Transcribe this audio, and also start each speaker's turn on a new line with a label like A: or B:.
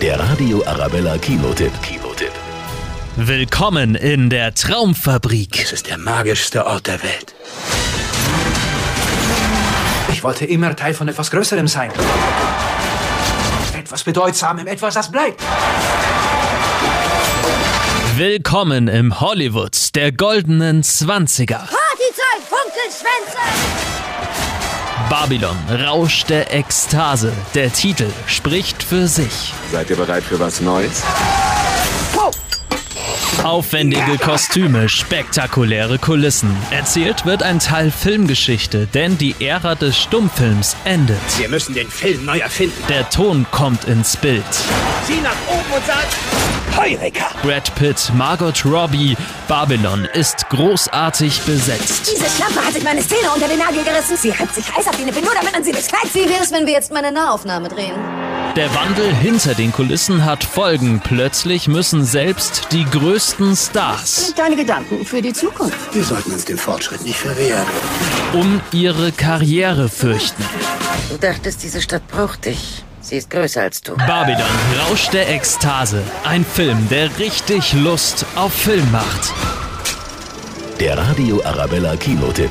A: Der Radio Arabella Kinotipp. Kinotipp.
B: Willkommen in der Traumfabrik.
C: Es ist der magischste Ort der Welt. Ich wollte immer Teil von etwas Größerem sein. Etwas Bedeutsamem, etwas, das bleibt.
B: Willkommen im Hollywood der goldenen 20er.
D: Partyzeit, Funkelschwänze!
B: Babylon, Rausch der Ekstase. Der Titel spricht für sich.
E: Seid ihr bereit für was Neues?
B: Aufwendige Kostüme, spektakuläre Kulissen. Erzählt wird ein Teil Filmgeschichte, denn die Ära des Stummfilms endet.
F: Wir müssen den Film neu erfinden.
B: Der Ton kommt ins Bild.
F: Sieh nach oben und sag Heureka!
B: Brad Pitt, Margot Robbie, Babylon ist großartig besetzt.
D: Diese Schlampe hat sich meine Szene unter den Nagel gerissen. Sie reibt sich heiß auf die Lippe, nur damit man sie bekleidet. Wie wäre es, wenn wir jetzt mal eine Nahaufnahme drehen?
B: Der Wandel hinter den Kulissen hat Folgen. Plötzlich müssen selbst die größten Stars
D: Deine Gedanken für die Zukunft.
C: Wir sollten uns dem Fortschritt nicht verwehren.
B: um ihre Karriere fürchten.
G: Du dachtest, diese Stadt braucht dich. Sie ist größer als du.
B: Babylon, Rausch der Ekstase. Ein Film, der richtig Lust auf Film macht.
A: Der Radio Arabella Kinotipp.